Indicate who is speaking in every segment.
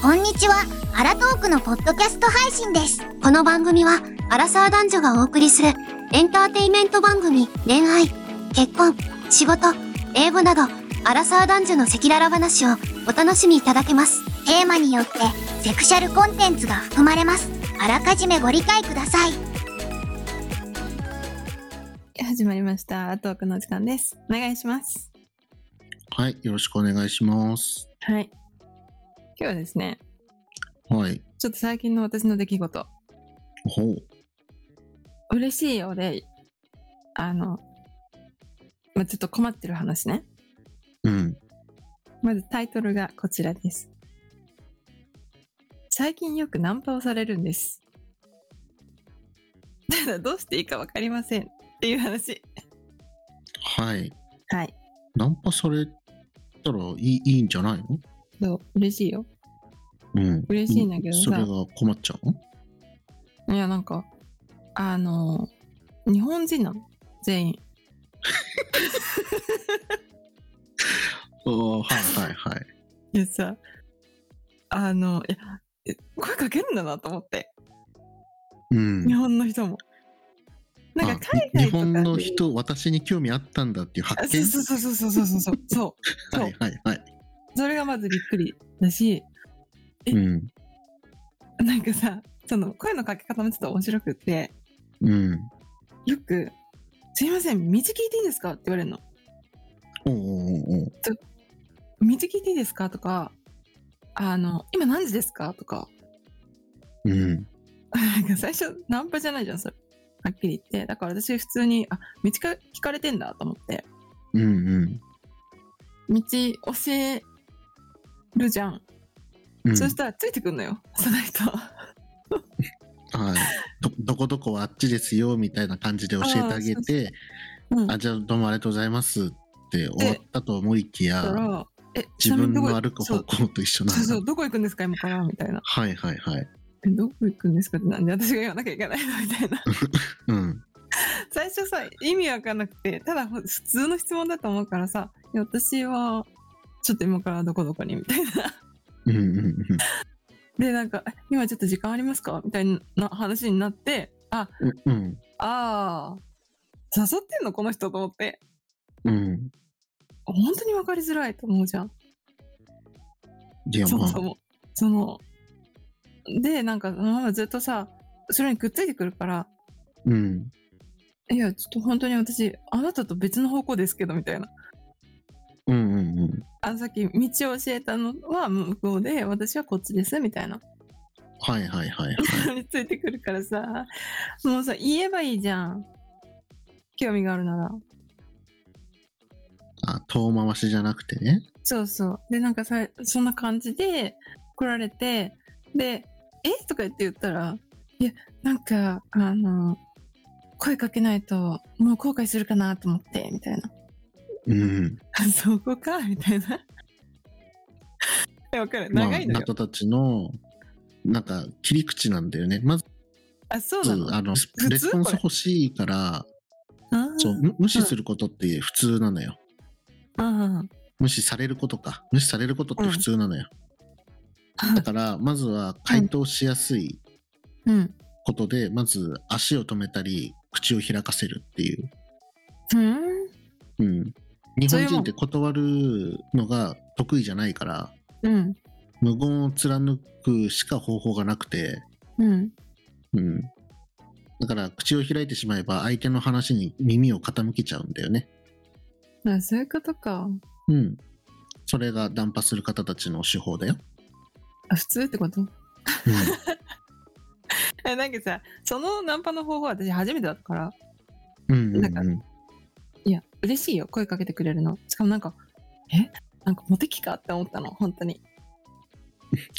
Speaker 1: こんにちは。アラトークのポッドキャスト配信です。この番組は、アラサー男女がお送りするエンターテイメント番組、恋愛、結婚、仕事、英語など、アラサー男女の赤裸々話をお楽しみいただけます。テーマによって、セクシャルコンテンツが含まれます。あらかじめご理解ください。
Speaker 2: 始まりました。アトークの時間です。お願いします。
Speaker 3: はい、よろしくお願いします。
Speaker 2: はい。今日はですね、
Speaker 3: はい。
Speaker 2: ちょっと最近の私の出来事、
Speaker 3: ほう。
Speaker 2: 嬉しいようで、あの、まあ、ちょっと困ってる話ね。
Speaker 3: うん。
Speaker 2: まずタイトルがこちらです。最近よくナンパをされるんです。ただどうしていいかわかりませんっていう話。
Speaker 3: はい。
Speaker 2: はい。
Speaker 3: ナンパされたらいいいいんじゃないの
Speaker 2: どう嬉しいよ。
Speaker 3: うん。
Speaker 2: 嬉しいんだけどさ
Speaker 3: それが困っちゃうの
Speaker 2: いや、なんか、あの、日本人なの全員。
Speaker 3: ああ、はいはいはい。
Speaker 2: いやさ、あの、いや、え声かけるんだなと思って、
Speaker 3: うん。
Speaker 2: 日本の人も。なんか
Speaker 3: あ
Speaker 2: 海外
Speaker 3: に日
Speaker 2: とか
Speaker 3: 本
Speaker 2: で
Speaker 3: の人、私に興味あったんだっていう
Speaker 2: あ
Speaker 3: 発
Speaker 2: そう
Speaker 3: 見。
Speaker 2: そうそうそうそうそう そう。そ
Speaker 3: はいはいはい。
Speaker 2: う。それがまずびっくりだし、え
Speaker 3: うん。
Speaker 2: なんかさ、その声のかけ方もちょっと面白くって、
Speaker 3: うん。
Speaker 2: よく、すいません、道聞いていいですかって言われるの。
Speaker 3: おうおうおう
Speaker 2: 道聞いていいですかとか、あの、今何時ですかとか、
Speaker 3: おう。うん。
Speaker 2: なんか最初ナンパじゃないじゃん、それ。はっきり言って。だから私普通に、あ、道か聞かれてんだと思って。
Speaker 3: うんうん
Speaker 2: 道教えるじゃん、
Speaker 3: うん。
Speaker 2: そしたらついてくんのよその人は
Speaker 3: はい。ど、どこどこはあっちですよ、みたいな感じで教えてあげ
Speaker 2: あーそう
Speaker 3: て、
Speaker 2: うん
Speaker 3: あ、じゃあどうもありがとうございますって終わったと思いき
Speaker 2: だか
Speaker 3: や、
Speaker 2: ら「えち
Speaker 3: 自
Speaker 2: なみ
Speaker 3: 分
Speaker 2: にどこ
Speaker 3: の歩く
Speaker 2: そ
Speaker 3: 方
Speaker 2: う
Speaker 3: 向と一緒な
Speaker 2: そうそ
Speaker 3: の
Speaker 2: うどこ行くんですか今から」みたいな
Speaker 3: はいはいはい。
Speaker 2: 「えどこ行くんですか?」ってなんで私が言わなきゃいけないのみ たいな
Speaker 3: うん。
Speaker 2: 最初さ意味わかんなくてただほ普通の質問だと思うからさ「いや私はちょっと今からどこどこに」みたいな
Speaker 3: うんうんうん
Speaker 2: でなんかえ「今ちょっと時間ありますか?」みたいな話になって「あ
Speaker 3: うんうん
Speaker 2: あー誘ってんのこの人」と思って
Speaker 3: うん。
Speaker 2: 本当に分かりづらいと思うじゃん
Speaker 3: いや
Speaker 2: そ
Speaker 3: ま
Speaker 2: も
Speaker 3: あ
Speaker 2: そも。その、で、なんか、そのままずっとさ、後ろにくっついてくるから、
Speaker 3: うん。
Speaker 2: いや、ちょっと本当に私、あなたと別の方向ですけど、みたいな。
Speaker 3: うんうんうん。
Speaker 2: あの、さっき道を教えたのは向こうで、私はこっちです、みたいな。
Speaker 3: はいはいはいはい。
Speaker 2: ついてくるからさ、もうさ、言えばいいじゃん。興味があるなら。
Speaker 3: あ、遠回しじゃなくてね。
Speaker 2: そうそう。で、なんかさ、そんな感じで来られて、で、えとか言って言ったら、いや、なんか、あの、声かけないと、もう後悔するかなと思って、みたいな。
Speaker 3: うん。
Speaker 2: そこか、みたいな。 えわかる。
Speaker 3: まあ、
Speaker 2: 長い
Speaker 3: あ
Speaker 2: の
Speaker 3: な
Speaker 2: よ。
Speaker 3: たたちの、なんか切り口なんだよね。まず、
Speaker 2: あ、そうなの。
Speaker 3: あの、
Speaker 2: 通
Speaker 3: レスポン
Speaker 2: こ
Speaker 3: ス
Speaker 2: れ
Speaker 3: 欲しいから、
Speaker 2: あー
Speaker 3: そう、む無視することって普通なのよ。
Speaker 2: うんうん
Speaker 3: 無視されることか。無視されることって普通なのよ。だから、まずは回答しやすい
Speaker 2: うん。
Speaker 3: ことで、まず足を止めたり、口を開かせるっていう。
Speaker 2: うん。
Speaker 3: うん、日
Speaker 2: そういうも
Speaker 3: 本人
Speaker 2: ん
Speaker 3: って断るのが得意じゃないから
Speaker 2: うん。
Speaker 3: 無言を貫くしか方法がなくて、
Speaker 2: うん。
Speaker 3: うん、だから口を開いてしまえば相手の話に耳を傾けちゃうんだよね、
Speaker 2: あ、そういうことか。
Speaker 3: うん、それがナンパする方たちの手法だよ、
Speaker 2: あ、普通ってこと
Speaker 3: うん、
Speaker 2: え、なんかさ、そのナンパの方法は私初めてだったから、
Speaker 3: うんうん
Speaker 2: なんかいや、嬉しいよ、声かけてくれるの。しかもなんか、えなんかモテ期かって思ったの、本当に。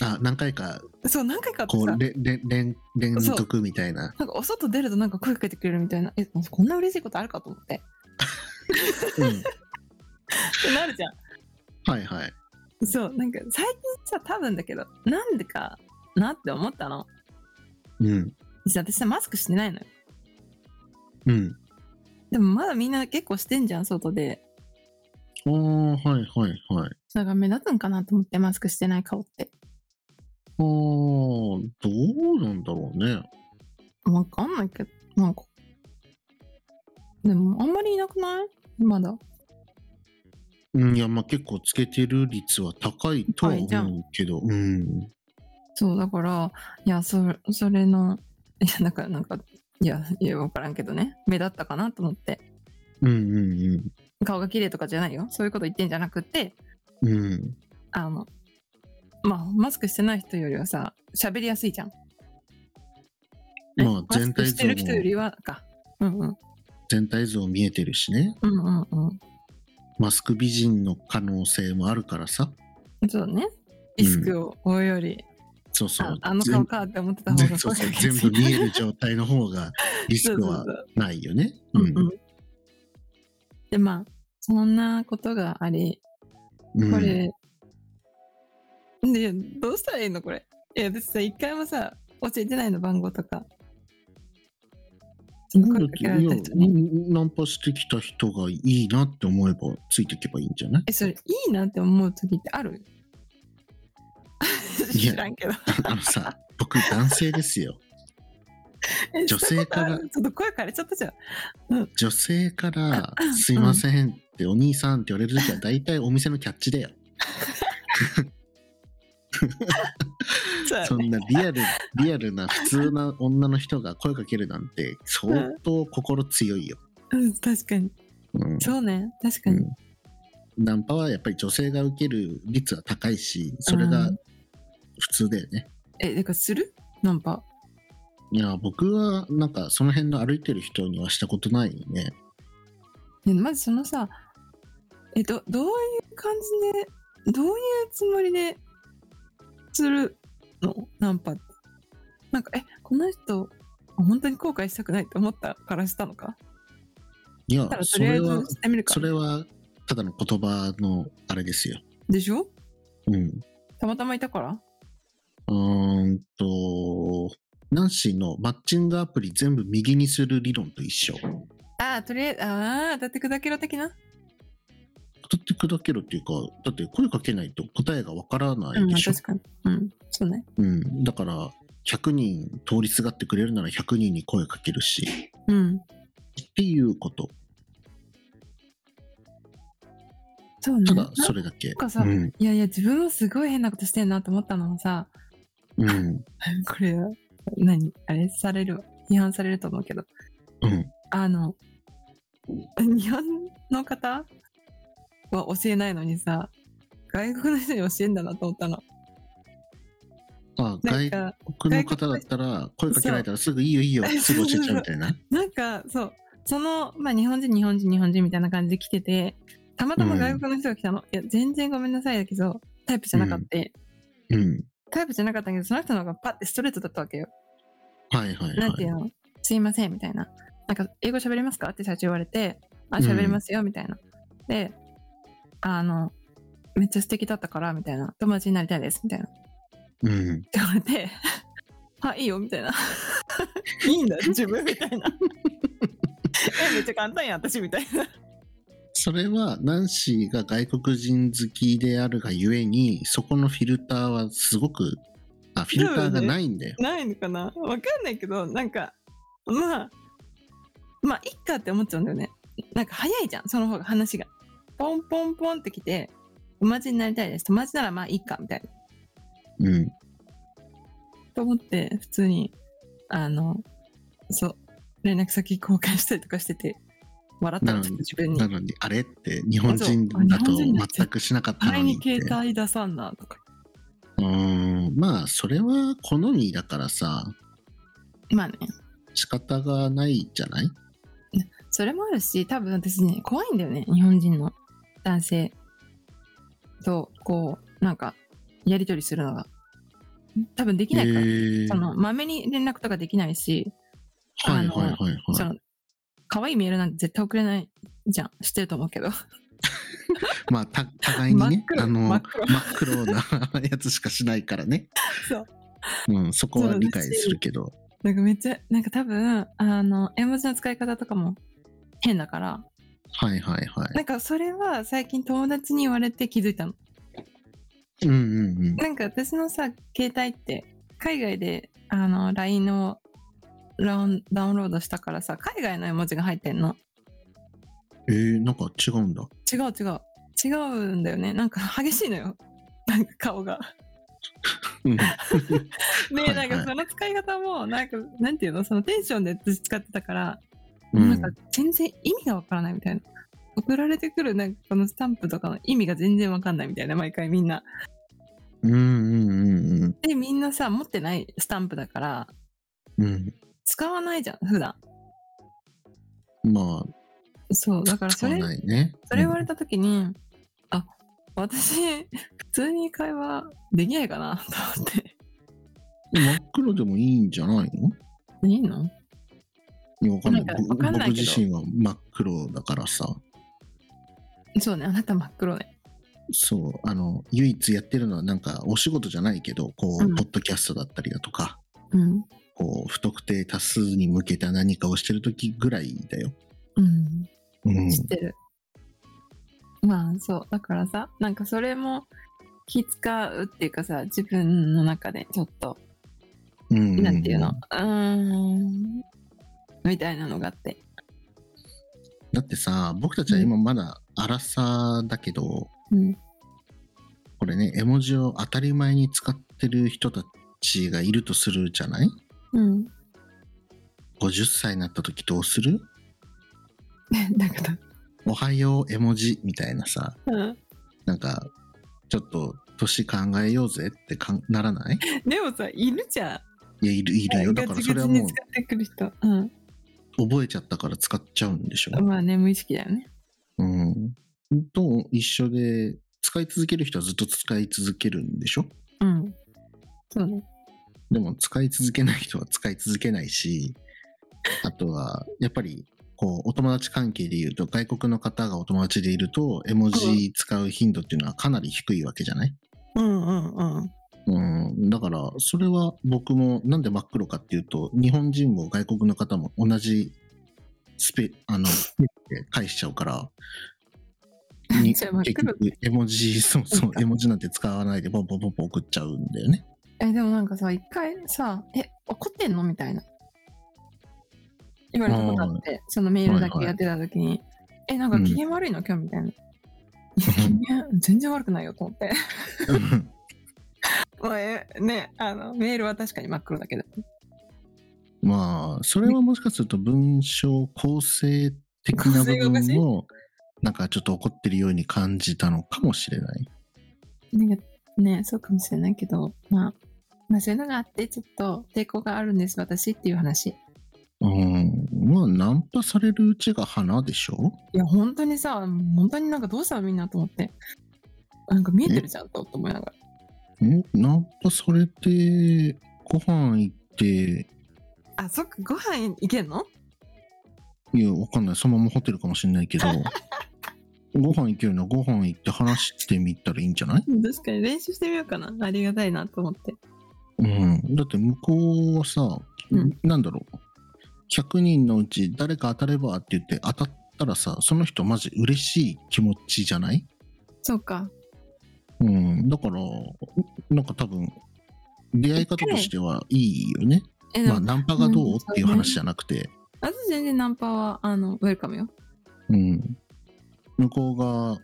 Speaker 3: あ何回か
Speaker 2: そう、何回かあって
Speaker 3: こ
Speaker 2: さ、
Speaker 3: う
Speaker 2: な
Speaker 3: れれ連連続みたいなん
Speaker 2: かお外出るとなんか声かけてくれるみたいな、え、こんな嬉しいことあるかと思って。
Speaker 3: うん、
Speaker 2: ってなるじゃ
Speaker 3: はいはい
Speaker 2: ん。そう、なんか最近さ、多分だけど、なんでかなって思ったの。
Speaker 3: うん
Speaker 2: 実は私さ、マスクしてないのよ。
Speaker 3: うん
Speaker 2: でもまだみんな結構してんじゃん、外で。
Speaker 3: あーはいはいはい
Speaker 2: それが目立つんかなと思って、マスクしてない顔って。
Speaker 3: あーどうなんだろうね。
Speaker 2: わかんないけど、なんか。でも、あんまりいなくないまだ。
Speaker 3: うんいや、まあ結構つけてる率は高いとは
Speaker 2: 高いじゃん
Speaker 3: 思うけど、うん。
Speaker 2: そう、だから、いや、そ、それの、いや、なんか、なんか、いや、いや、わからんけどね。目立ったかなと思って。
Speaker 3: うんうん
Speaker 2: 顔が綺麗とかじゃないよ。そういうこと言ってんじゃなくて、
Speaker 3: うん。うん。
Speaker 2: あの、まあ、マスクしてない人よりはさ、喋りやすいじゃん。ね
Speaker 3: まあ全
Speaker 2: マス
Speaker 3: 体
Speaker 2: クして
Speaker 3: 像
Speaker 2: る人よ
Speaker 3: も、
Speaker 2: りは、か。うんうん。
Speaker 3: 全体像見えてるしね。
Speaker 2: うんうんう
Speaker 3: マスク美人の可能性もあるからさ。
Speaker 2: ん。そうね。リスクを負うより、
Speaker 3: そうそ
Speaker 2: あ
Speaker 3: う。
Speaker 2: あの
Speaker 3: 全
Speaker 2: 顔かって思ってた方が
Speaker 3: 全 そうそう
Speaker 2: 声かけや
Speaker 3: 全
Speaker 2: すい
Speaker 3: 部見える状態の方がリスクはないよ ね。
Speaker 2: う
Speaker 3: うん
Speaker 2: うん
Speaker 3: ん。
Speaker 2: でまあそんなことがあり
Speaker 3: うん
Speaker 2: これ、でどうしたらいいのこれいや私さ一回もさ教えてないの番号とかその声かけられた人
Speaker 3: いや
Speaker 2: に
Speaker 3: ナンパしてきた人がいいなって思えばついていけばいいんじゃない
Speaker 2: えそれいいなって思う時ってある
Speaker 3: いや
Speaker 2: 知らんけど
Speaker 3: あのさ、僕男性ですよ。
Speaker 2: え
Speaker 3: 女性か ら
Speaker 2: したことあるちょっと声枯れちゃったじゃん
Speaker 3: 女性から「すいません」って「お兄さん」って言われる時は大体お店のキャッチだよ。
Speaker 2: そうだ
Speaker 3: そ
Speaker 2: ね
Speaker 3: んなリアルリアルな普通な女の人が声かけるなんて相当心強いよ。
Speaker 2: うん確かに
Speaker 3: うん
Speaker 2: そうね確
Speaker 3: う
Speaker 2: かに、
Speaker 3: ん、ナンパはやっぱり女性が受ける率は高いしそれが
Speaker 2: うん
Speaker 3: 普通だよね。
Speaker 2: えだからするナンパ
Speaker 3: いや僕はなんかその辺の歩いてる人にはしたことないね。
Speaker 2: ねまずそのさえどどういう感じでどういうつもりでするのナンパってなんかえこの人本当に後悔したくないって思ったからしたのか
Speaker 3: いや
Speaker 2: だからと
Speaker 3: そ
Speaker 2: りあえ
Speaker 3: れ
Speaker 2: ず
Speaker 3: は
Speaker 2: してみるか
Speaker 3: それはただの言葉のあれですよ。
Speaker 2: でしょ
Speaker 3: うん
Speaker 2: たまたまいたから
Speaker 3: うーんと、ナンシーのマッチングアプリ全部右にする理論と一緒。
Speaker 2: ああとりあえずああ当たって砕けろ的な
Speaker 3: 取って砕けるっていうか、だって声かけないと答えがわからな
Speaker 2: う
Speaker 3: い
Speaker 2: ん
Speaker 3: でしょ
Speaker 2: 確。かにうんそうね
Speaker 3: うん。だから、100人通りすがってくれるなら100人に声かけるし、
Speaker 2: うん
Speaker 3: っていうこと。
Speaker 2: そうね
Speaker 3: た
Speaker 2: なん
Speaker 3: だ、それだけ。
Speaker 2: かさ
Speaker 3: うん。
Speaker 2: いやいや自分もすごい変なことしてんなと思ったのはさ
Speaker 3: うん。
Speaker 2: これ何あれされるわ批判されると思うけど
Speaker 3: うん。
Speaker 2: あの、日本の方は教えないのにさ、外国の人に教えんだなと思ったの。
Speaker 3: あ、
Speaker 2: なん
Speaker 3: 外
Speaker 2: か、
Speaker 3: 国の方だったら、声かけられたらすぐいいよいいよ、
Speaker 2: そう
Speaker 3: すぐ教えちゃうみたいな。
Speaker 2: なんか、そう、その、まあ日本人、日本人、日本人みたいな感じで来てて、たまたま外国の人が来たの。いや、全然ごめんなさいだけど、タイプじゃなかった。
Speaker 3: うん。
Speaker 2: タイプじゃなかったけど、その人の方がパッてストレートだったわけよ。
Speaker 3: はいはい
Speaker 2: なんてい
Speaker 3: は
Speaker 2: うのすいません、みたいな。なんか、英語喋れますかって最初言われて、あ、喋れますよ、みたいな。で、あの、めっちゃ素敵だったから、みたいな。友達になりたいです、みたいな。って
Speaker 3: い。うん。
Speaker 2: 言われて、 あ、いいよ、みたいな。 いいんだ、自分、みたいな。 え、めっちゃ簡単やん、私、みたいな。
Speaker 3: それはナンシーが外国人好きであるがゆえにそこのフィルターはすごくあフィルターがないんだよ。
Speaker 2: ないのかなわかんないけど、なんか、まあ、まあ、いっかって思っちゃうんだよね。なんか早いじゃん、その方が話が。ポンポンポンってきて、友達になりたいです。友達ならまあいいか、みたいな。
Speaker 3: うん、
Speaker 2: と思って、普通に、あの、そう、連絡先交換したりとかしてて、笑ったの、ちょっと自分に
Speaker 3: な。のにあれって日本人
Speaker 2: そう
Speaker 3: だと
Speaker 2: 日本人だって
Speaker 3: 全くしなかったの
Speaker 2: 前に
Speaker 3: にって
Speaker 2: 携帯出さんな、とか。
Speaker 3: うーんまあそれは好みだからさ
Speaker 2: まあね、
Speaker 3: 仕方がないじゃない
Speaker 2: それもあるし、多分私ね、怖いんだよね、日本人の男性と、こう、なんか、やりとりするのが。多分できないから、
Speaker 3: ー
Speaker 2: その、まめに連絡とかできないし、
Speaker 3: はいはいはい
Speaker 2: そ
Speaker 3: は
Speaker 2: の、可愛いメールなんて絶対送れないじゃん。知ってると思うけど。
Speaker 3: いまあた互いにね
Speaker 2: 真っ黒
Speaker 3: あの
Speaker 2: 真
Speaker 3: 真
Speaker 2: っ
Speaker 3: っ
Speaker 2: 黒
Speaker 3: 黒なやつしかしないからね
Speaker 2: そう
Speaker 3: うん、そこは理解するけど
Speaker 2: なんかめっちゃ、なんか多分、あの、絵文字の使い方とかも変だから、
Speaker 3: はいはいはい
Speaker 2: なんかそれは最近友達に言われて気づいたの。
Speaker 3: うんうんうん。
Speaker 2: なんか私のさ、携帯って、海外で、あの、LINE のラウンダウンロードしたからさ、海外の絵文字が入ってんの。
Speaker 3: えー、なんか違うんだ。
Speaker 2: 違う違う。違うんだよね。なんか激しいのよ。 なんか顔が。
Speaker 3: うん。はい
Speaker 2: で、
Speaker 3: はい
Speaker 2: なんかその使い方も、なんか、なんていうの、そのテンションで私使ってたから、
Speaker 3: うん
Speaker 2: なんか全然意味がわからないみたいな。送られてくるなんかこのスタンプとかの意味が全然わかんないみたいな、毎回みんな。
Speaker 3: うんうんうんうん
Speaker 2: で、みんなさ、持ってないスタンプだから、
Speaker 3: うん。
Speaker 2: 使わないじゃん、普段。
Speaker 3: まあ、
Speaker 2: そう、だから
Speaker 3: 使
Speaker 2: そ
Speaker 3: わ
Speaker 2: れ、
Speaker 3: ないね。
Speaker 2: それ言われた時に、あ、私、普通に会話できないかな、と思って。
Speaker 3: うん真っ黒でもいいんじゃないの
Speaker 2: いいの
Speaker 3: いやわかんない
Speaker 2: なんか
Speaker 3: ぼ
Speaker 2: わかんない
Speaker 3: 僕
Speaker 2: けど
Speaker 3: 自身は真っ黒だからさ。
Speaker 2: そうね、あなた真っ黒ね。
Speaker 3: そう、あの、唯一やってるのはなんかお仕事じゃないけど、こう、
Speaker 2: うん
Speaker 3: ポッドキャストだったりだとか、
Speaker 2: うん。
Speaker 3: こう、不特定多数に向けた何かをしてる時ぐらいだよ。
Speaker 2: うん。
Speaker 3: うん。
Speaker 2: 知ってる。まあそう。だからさ、なんかそれも気使うっていうかさ、自分の中でちょっと、
Speaker 3: うん、
Speaker 2: なんていうの、うーん、みたいなのがあって。
Speaker 3: だってさ、僕たちは今まだ荒さだけど、
Speaker 2: うん。
Speaker 3: これね、絵文字を当たり前に使ってる人たちがいるとするじゃない
Speaker 2: うん。
Speaker 3: 50歳になった時どうする
Speaker 2: だから、
Speaker 3: おはよう絵文字みたいなさ、
Speaker 2: うん。
Speaker 3: なんか、ちょっと年考えようぜってかんならない
Speaker 2: でもさ、いるじゃん。
Speaker 3: いや、いる、いるよ。だからそれは
Speaker 2: に
Speaker 3: も
Speaker 2: 使ってくる人。うん。
Speaker 3: う覚えちゃったから使っちゃうんでしょ。
Speaker 2: まあね、無意識だよね。
Speaker 3: うん。と一緒で、使い続ける人はずっと使い続けるんでしょ
Speaker 2: うん。そうね。
Speaker 3: でも使い続けない人は使い続けないし、あとは、やっぱり、こう、お友達関係で言うと、外国の方がお友達でいると、絵文字使う頻度っていうのはかなり低いわけじゃない
Speaker 2: うんうんうん。
Speaker 3: うん。だから、それは僕も、なんで真っ黒かっていうと、日本人も外国の方も同じスペ、あの、スペで返しちゃう から、に
Speaker 2: じ
Speaker 3: 結
Speaker 2: ゃあ真っ黒
Speaker 3: 局、絵文字、そう そう、絵文字なんて使わないで、ポンポンポンポン送っちゃうんだよね。
Speaker 2: え、でもなんかさ、一回さ、え、怒ってんのみたいな。言われたことあって、そのメールだけやってた時に、え、なんか機嫌悪いの、今日みたいな。機嫌、全然悪くないよと思って。まあ、え、ね、あの、メールは確かに真っ黒だけど。
Speaker 3: まあ、それはもしかすると文章構成的な部
Speaker 2: 構成
Speaker 3: 分
Speaker 2: が
Speaker 3: も、なんかちょっと怒ってるように感じたのかもしれない。
Speaker 2: なんかね、そうかもしれないけど、まあ、まあそういうのがあって、ちょっと抵抗があるんです、私っていう話。い
Speaker 3: うん。まあ、ナンパされるうちが花でしょ
Speaker 2: や、本当にさ、本当になんかどうしたのみんなと思って。なんか見えてるじゃんとと思いながら。
Speaker 3: んナンパされて、ご飯行って、
Speaker 2: あ、そっか、ご飯行けんの
Speaker 3: いや、わかんない。そのままホテルかもしれないけ ど、ご飯行けるな、ご飯行って話してみたらいいんじゃない
Speaker 2: 確かに練習してみようかなありがたいなと思って
Speaker 3: うん、だって向こうはさ、
Speaker 2: うん
Speaker 3: なんだろう100人のうち誰か当たればって言って当たったらさその人マジ嬉しい気持ちじゃない、
Speaker 2: そうか
Speaker 3: うん、だからなんか多分出会い方としてはいいよね、
Speaker 2: えで
Speaker 3: ま
Speaker 2: も、
Speaker 3: あ、ナンパがどう、
Speaker 2: うん
Speaker 3: っていう話じゃなくて、
Speaker 2: あ、と全然ナンパはあのウェルカムよ
Speaker 3: うん、向こうが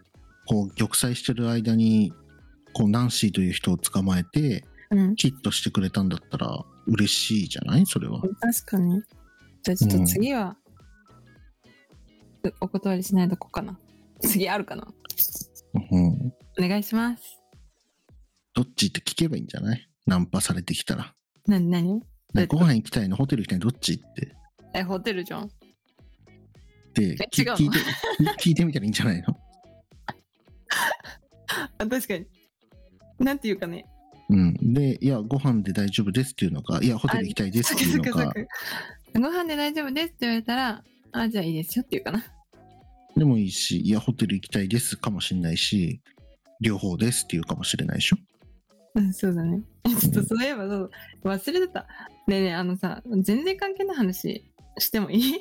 Speaker 3: こう玉砕してる間にこうナンシーという人を捕まえて
Speaker 2: うん
Speaker 3: キッとしてくれたんだったら嬉しいじゃないそれは。
Speaker 2: 確かにじゃあちょっと次は、うお断りしないとこかな次あるかな
Speaker 3: うん
Speaker 2: お願いします
Speaker 3: どっちって聞けばいいんじゃないナンパされてきたら。
Speaker 2: 何何
Speaker 3: ねご飯行きたいの、ホテル行きたいの、どっちって。
Speaker 2: えホテルじゃん
Speaker 3: で
Speaker 2: え、
Speaker 3: き
Speaker 2: 違うの
Speaker 3: 聞いて、 聞いてみたらいいんじゃないの
Speaker 2: あ確かになんていうかね
Speaker 3: うん。で、いや、ご飯で大丈夫ですっていうのか、いや、ホテル行きたいですっていうの
Speaker 2: そっ
Speaker 3: か
Speaker 2: か、ご飯で大丈夫ですって言われたらあじゃあいいですよっていうかな
Speaker 3: でもいいし、いや、ホテル行きたいですかもしれないし、両方ですっていうかもしれないでしょ。
Speaker 2: うん、そうだね。ちょっとそういえばそう、忘れてた。ねえねえ、あのさ、全然関係ない話してもいい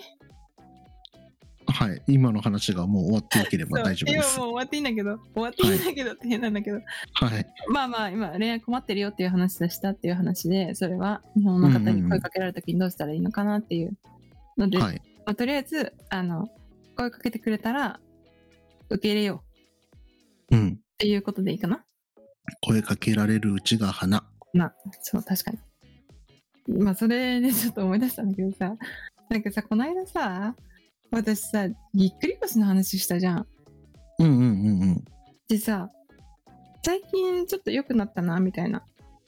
Speaker 3: はい、今の話がもう終わってよければ
Speaker 2: そう
Speaker 3: 大丈夫で
Speaker 2: 今
Speaker 3: す。
Speaker 2: もう終わっていいんだけど、終わっていいんだけどって変なんだけど、
Speaker 3: はい、
Speaker 2: まあまあ今恋愛困ってるよっていう話でしたっていう話で、それは日本の方に声かけられた時にどうしたらいいのかなっていうので、
Speaker 3: はい、
Speaker 2: まあ、とりあえず、あの、声かけてくれたら受け入れようっ
Speaker 3: うん、
Speaker 2: ていうことでいいかな
Speaker 3: 声かけられるうちが花。
Speaker 2: そう、確かに。まあ、それでちょっと思い出したんだけどさ、なんかさ、この間さ、私さ、ぎっくり腰の話したじゃん。
Speaker 3: うんうんうんうん。
Speaker 2: でさ、最近ちょっと良くなったな、みたいな。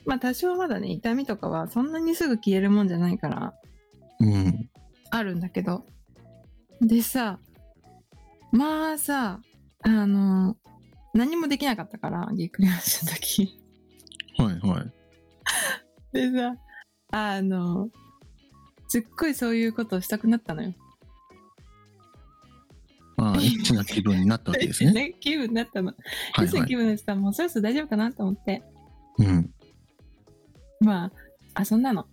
Speaker 2: まあ、多少まだね、痛みとかはそんなにすぐ消えるもんじゃないから、
Speaker 3: うん、
Speaker 2: あるんだけど。でさ、まあさ、あの、何もできなかったから、ぎっくり腰の時。
Speaker 3: はいはい。
Speaker 2: でさ、あの、すっごいそういうことをしたくなったのよ。
Speaker 3: ああ、エッチな気分になったわ けですね。
Speaker 2: 気分になったの。
Speaker 3: はい
Speaker 2: エッチ
Speaker 3: は。
Speaker 2: ない気分でしたもうそろそろ大丈夫かなと思って。
Speaker 3: うん、
Speaker 2: まあ、遊んだの。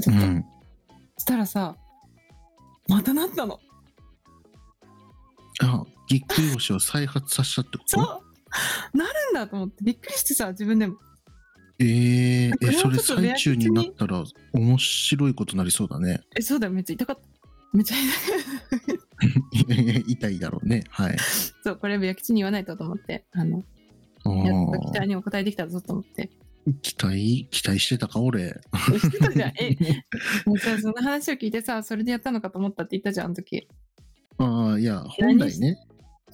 Speaker 2: ち
Speaker 3: う
Speaker 2: ょっと。
Speaker 3: ん。
Speaker 2: したらさ、またなったの。
Speaker 3: あ、ぎっくり腰を再発させたってこ
Speaker 2: そう
Speaker 3: と
Speaker 2: なるんだと思って、びっくりしてさ、自分でも。
Speaker 3: ええ
Speaker 2: こ
Speaker 3: え、
Speaker 2: れは
Speaker 3: それ
Speaker 2: ちょっとレ
Speaker 3: 最
Speaker 2: ア
Speaker 3: 中になったら面白いことになりそうだね。
Speaker 2: え、そうだよ、めっちゃ痛かった。めっちゃ痛かった。
Speaker 3: 痛いだろうね。はい。
Speaker 2: そう、これ、焼き地に言わないとと思って、あの、
Speaker 3: あ
Speaker 2: やっと期
Speaker 3: ー
Speaker 2: 待にお答えできたぞと思って。
Speaker 3: 期待、期待してたか、俺。
Speaker 2: えしてたじゃん。え、もうさ、その話を聞いてさ、それでやったのかと思ったって言ったじゃん、あの時。
Speaker 3: ああ、いや、本来ね。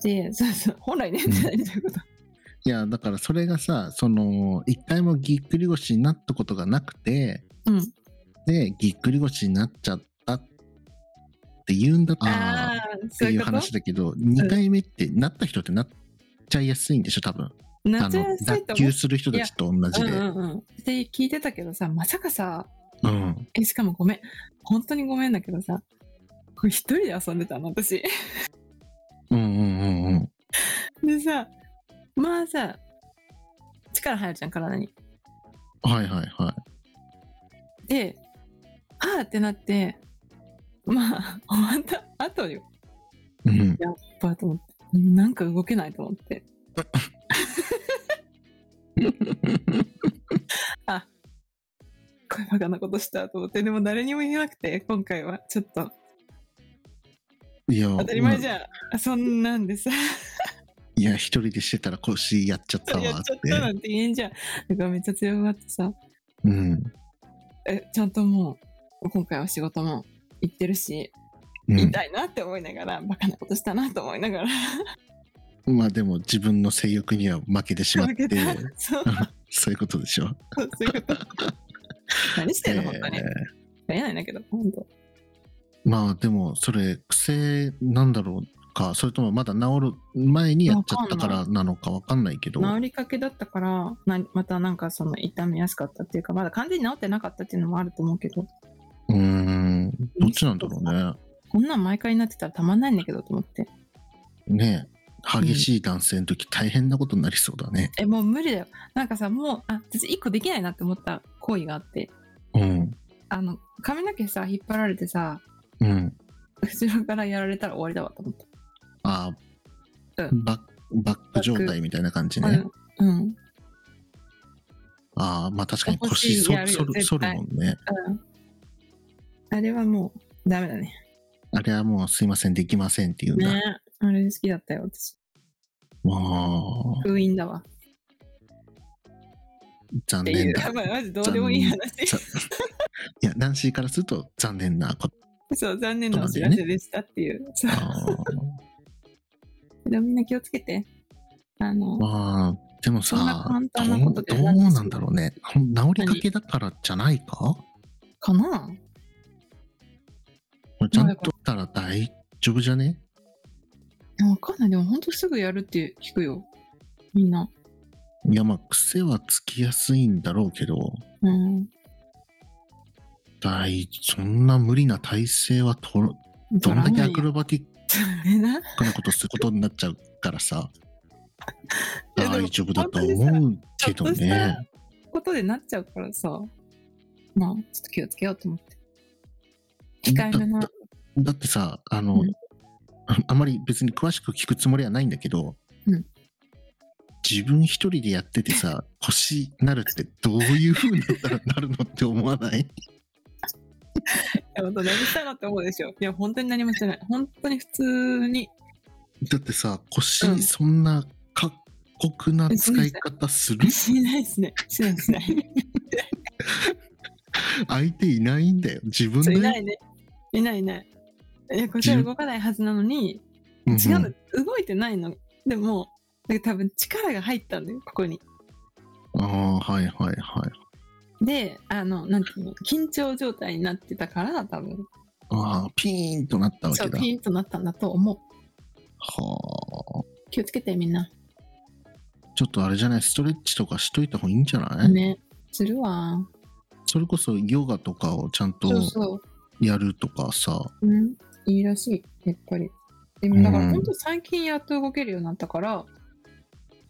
Speaker 2: で、そうそう、本来ね、
Speaker 3: うん
Speaker 2: じゃないということ。
Speaker 3: いや、だからそれがさ、その、一回もぎっくり腰になったことがなくて、
Speaker 2: うん。
Speaker 3: で、ぎっくり腰になっちゃったって言うんだったら、っ
Speaker 2: あー、
Speaker 3: て
Speaker 2: そうい
Speaker 3: いうう
Speaker 2: こと。
Speaker 3: 話だけど、2回目ってなった人ってなっちゃいやすいんでしょ、多分。
Speaker 2: な
Speaker 3: あ
Speaker 2: っちゃい
Speaker 3: の
Speaker 2: や、すい
Speaker 3: 脱
Speaker 2: と思
Speaker 3: 臼する人たちと同じ
Speaker 2: う。
Speaker 3: で。
Speaker 2: うんうんうん。って聞いてたけどさ、まさかさ、
Speaker 3: うん。
Speaker 2: え、しかもごめん。本当にごめんだけどさ、これ一人で遊んでたの、私。
Speaker 3: うんうんうんうん。
Speaker 2: でさ、まあさ、力入るじゃん、体に。
Speaker 3: はいはいは
Speaker 2: で、あーってなって、まあ、終わった後よ。
Speaker 3: い。うん。
Speaker 2: パーと思って。なんか動けないと思って。あ、これバカなことしたと思って。でも誰にも言えなくて、今回は。ちょっと。
Speaker 3: いや、
Speaker 2: 当たり前じゃん。あそんなんでさ、
Speaker 3: いや、一人でしてたら腰やっちゃった
Speaker 2: や
Speaker 3: わ
Speaker 2: っ
Speaker 3: っ。
Speaker 2: ちゃってたなんて言えんじゃん。だからめっちゃ強がってさ、
Speaker 3: うん。
Speaker 2: え、ちゃんともう、今回は仕事も行ってるし、
Speaker 3: う
Speaker 2: 痛いなって思いながら、バカなことしたなと思いながら、
Speaker 3: ん。まあでも自分の性欲には負けてしまっ
Speaker 2: 負け
Speaker 3: て
Speaker 2: た、。 そう、
Speaker 3: そういうことでしょ。
Speaker 2: そういう こと。何してんの、本当に
Speaker 3: え。
Speaker 2: 言えないんだけど、本当。
Speaker 3: ーまあでもそれ癖なんだろうか、それともまだ治る前にやっちゃったからなのかわかんないけど。
Speaker 2: 治りかけだったからなまたなんかその痛みやすかったっていうかまだ完全に治ってなかったっていうのもあると思うけど
Speaker 3: うーん。どっちなんだろう
Speaker 2: こんなん毎回になってたらたまんないんだけどと思って
Speaker 3: ね。ねえ激しい男性の時大変なことになりそうだね。
Speaker 2: えもう無理だよなんかさもうあ私一個できないなって思った行為があって
Speaker 3: うん。
Speaker 2: あの髪の毛さ引っ張られてさ
Speaker 3: うん。
Speaker 2: 後ろからやられたら終わりだわと思った
Speaker 3: ああ、
Speaker 2: うん
Speaker 3: バッバック状態みたいな感じね。
Speaker 2: うん、うん
Speaker 3: ああ、まあ確かに
Speaker 2: お
Speaker 3: 腰
Speaker 2: 腰
Speaker 3: そ
Speaker 2: やるよ
Speaker 3: そる
Speaker 2: 絶
Speaker 3: そる
Speaker 2: 対
Speaker 3: もんね。
Speaker 2: あれはもうダメだね
Speaker 3: あれはもうすいません、できませんっていうんだ。
Speaker 2: ねあれ好きだったよ私
Speaker 3: まあ、
Speaker 2: 封印だわ
Speaker 3: 残
Speaker 2: ってい
Speaker 3: 念
Speaker 2: う
Speaker 3: だ。
Speaker 2: まあマジどうでもいい話
Speaker 3: ざいや、ナンシーからすると残念 なこと。
Speaker 2: そう残念なお知らせでしたっていうそう
Speaker 3: あー
Speaker 2: でもみんな気をつけて。あの、
Speaker 3: まあ、でもさ
Speaker 2: そんな簡単な
Speaker 3: ど
Speaker 2: こ
Speaker 3: う
Speaker 2: とで
Speaker 3: ど
Speaker 2: は
Speaker 3: う
Speaker 2: ないですよ
Speaker 3: なんだろうね。ほん治りかけだからじゃないか
Speaker 2: かな
Speaker 3: これちゃんとやったら大丈夫じゃね
Speaker 2: わかんない。でも本当すぐやるって聞くよ。みんな。
Speaker 3: いや、まあ、癖はつきやすいんだろうけど、
Speaker 2: うん。
Speaker 3: 大そんな無理な体勢はとるどんだけア クロバティック
Speaker 2: えな。
Speaker 3: バカなことすることになっちゃうか らさ
Speaker 2: いやでも
Speaker 3: 大丈夫だと思うけど
Speaker 2: 本当にさ
Speaker 3: ね
Speaker 2: ことでなっちゃうからさ。まあ、ちょっと気をつけようと思って。控えめな。
Speaker 3: だってさあの、
Speaker 2: うん
Speaker 3: ああまり別に詳しく聞くつもりはないんだけど、
Speaker 2: うん
Speaker 3: 自分一人でやっててさ腰なるってどういう風になったらなるのって思わない
Speaker 2: いや本当何したのって思うでしょ。いや、本当に何もしてない。本当に普通に。
Speaker 3: だってさ
Speaker 2: う
Speaker 3: 腰
Speaker 2: ん
Speaker 3: そんな過酷な使い方する
Speaker 2: しないですね。しないしない。
Speaker 3: 相手いないんだよ自分
Speaker 2: そう
Speaker 3: で
Speaker 2: いないね。いないいない。いや、こっちは動かないはずなのに、
Speaker 3: うん
Speaker 2: 違うの、動いてないの。でも、なんか多分力が入ったんだよ、ここに。
Speaker 3: ああはいはいはい
Speaker 2: で、あの、なんていうの、緊張状態になってたから、多分、
Speaker 3: ああピーンとなったわ
Speaker 2: そ
Speaker 3: け
Speaker 2: う、
Speaker 3: だ
Speaker 2: ピンとなったんだと思う。
Speaker 3: はあ
Speaker 2: 気をつけて、みんな。
Speaker 3: ちょっとあれじゃないストレッチとかしといた方がいいんじゃない、
Speaker 2: ね。するわ。
Speaker 3: それこそヨガとかをちゃんと
Speaker 2: そうそう。
Speaker 3: やるとかさ
Speaker 2: うん、いいらしい、やっぱり。でもだか
Speaker 3: うん
Speaker 2: ら本当最近やっと動けるようになったから、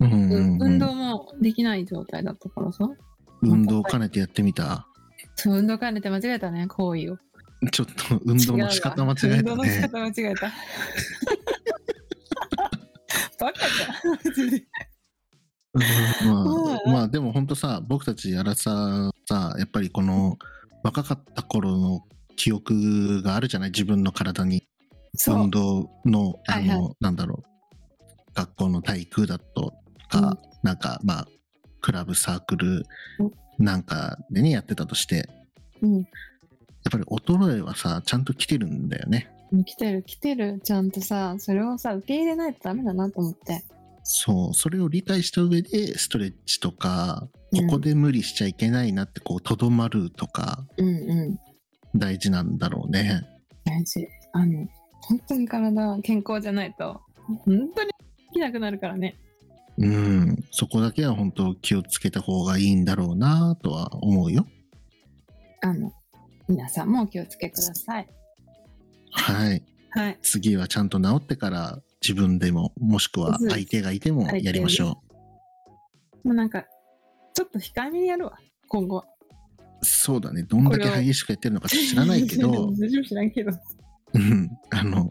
Speaker 3: うんうんうん
Speaker 2: 運動もできない状態だったからさ。
Speaker 3: 運動を兼ねてやってみた
Speaker 2: そう、運動兼ねて間違えたね、行為を。
Speaker 3: ちょっと運動の仕方間違え
Speaker 2: 違うわ運
Speaker 3: た
Speaker 2: 動の仕
Speaker 3: ね
Speaker 2: 方間違え た。バカじゃんマジで。
Speaker 3: うんまあ
Speaker 2: うん
Speaker 3: まあでも本当さ僕たちアラサーさやっぱりこの若かった頃の記憶があるじゃない自分の体に
Speaker 2: そう
Speaker 3: 運。動のあ
Speaker 2: はいは
Speaker 3: のなんだろう学校の体育だとかなんかまあクラブサークル
Speaker 2: うん
Speaker 3: なんかでねやってたとしてや
Speaker 2: うん。
Speaker 3: っぱり衰えはさちゃんと来てるんだよね
Speaker 2: 来てる来てる。ちゃんとさ、それをさ、受け入れないとダメだなと思って。
Speaker 3: そう、それを理解した上で、ストレッチとか、
Speaker 2: う
Speaker 3: こ
Speaker 2: ん
Speaker 3: こで無理しちゃいけないなって、こう、とどまるとか、
Speaker 2: うんうん。
Speaker 3: 大事なんだろうね。
Speaker 2: 大事。あの、本当に体健康じゃないと、本当にできなくなるからね。
Speaker 3: うん、そこだけは本当気をつけた方がいいんだろうなとは思うよ。
Speaker 2: あの、皆さんもお気をつけください。
Speaker 3: はい。
Speaker 2: はい。
Speaker 3: 次はちゃんと治ってから、自分でも、もしくは
Speaker 2: そうです
Speaker 3: 相手がいても
Speaker 2: 相手
Speaker 3: やりましょ
Speaker 2: もうなんか、ちょっと控えめにやるわ、今後は。
Speaker 3: う。そうだね。どんだけ
Speaker 2: これを
Speaker 3: 激しくやってるのか知らないけど、
Speaker 2: 大丈夫知らんけど。は
Speaker 3: うん、 あの、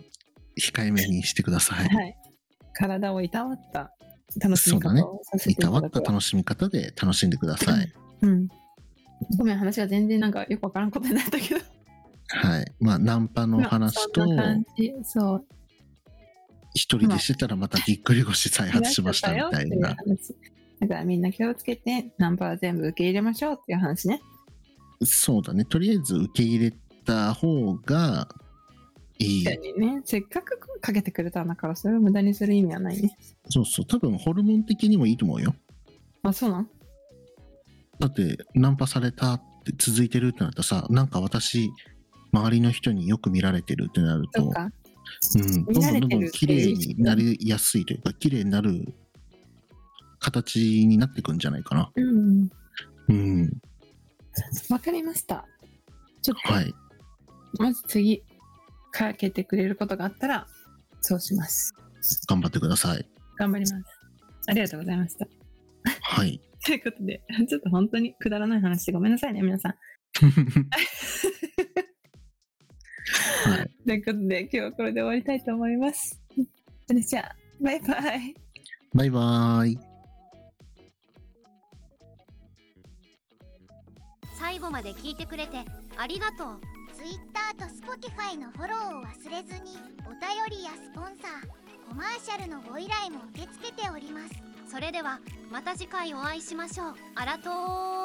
Speaker 3: 控えめにしてください。
Speaker 2: い。体をいたわった楽しみ
Speaker 3: そうだね
Speaker 2: 方をさせて
Speaker 3: い
Speaker 2: いた
Speaker 3: たわ
Speaker 2: だ
Speaker 3: っ
Speaker 2: く
Speaker 3: た
Speaker 2: わ。
Speaker 3: 楽しみ方で楽しんでください。
Speaker 2: うん。ごめん、話が全然なんかよくわからんことになった けど。
Speaker 3: はい。まあ、ナンパの話と、
Speaker 2: まあそんな感じ。そう。
Speaker 3: 一人でしてたらまたぎっくり腰再発しましたみたい
Speaker 2: なっちゃ。ったよっ
Speaker 3: な
Speaker 2: ていう話だからみんな気をつけて、ナンパは全部受け入れましょうっていう話ね。
Speaker 3: そうだね。とりあえず受け入れた方がいい。
Speaker 2: 確かにね、せっかく声かけてくれたんだから、それを無駄にする意味はないね。
Speaker 3: そうそう。多分ホルモン的にもいいと思うよ。
Speaker 2: あ、そうなん
Speaker 3: だってナンパされたって続いてるってなったらさ、なんか私、周りの人によく見られてるってなる
Speaker 2: そう
Speaker 3: と、
Speaker 2: か。
Speaker 3: うん、ど
Speaker 2: 見
Speaker 3: んど
Speaker 2: ら
Speaker 3: ん
Speaker 2: れ
Speaker 3: どん
Speaker 2: て
Speaker 3: ど
Speaker 2: る
Speaker 3: ん綺麗になりやすいというか、綺麗になる形になってくんじゃないかな。
Speaker 2: うん。
Speaker 3: うん。
Speaker 2: わかりました。ちょっと、
Speaker 3: はい。
Speaker 2: まず次、かけてくれることがあったら、そうします。
Speaker 3: 頑張ってください。
Speaker 2: 頑張ります。ありがとうございました。
Speaker 3: はい。
Speaker 2: ということで、ちょっと本当にくだらない話でごめんなさいね、皆さん。
Speaker 3: はい。
Speaker 2: ということで、今日はこれで終わりたいと思います。それじゃあ、バイバイ。
Speaker 3: バイバーイ。
Speaker 1: 最後まで聞いてくれてありがとう Twitter と Spotify のフォローを忘れずにお便りやスポンサーコマーシャルのご依頼も受け付けておりますそれではまた次回お会いしましょうあらとー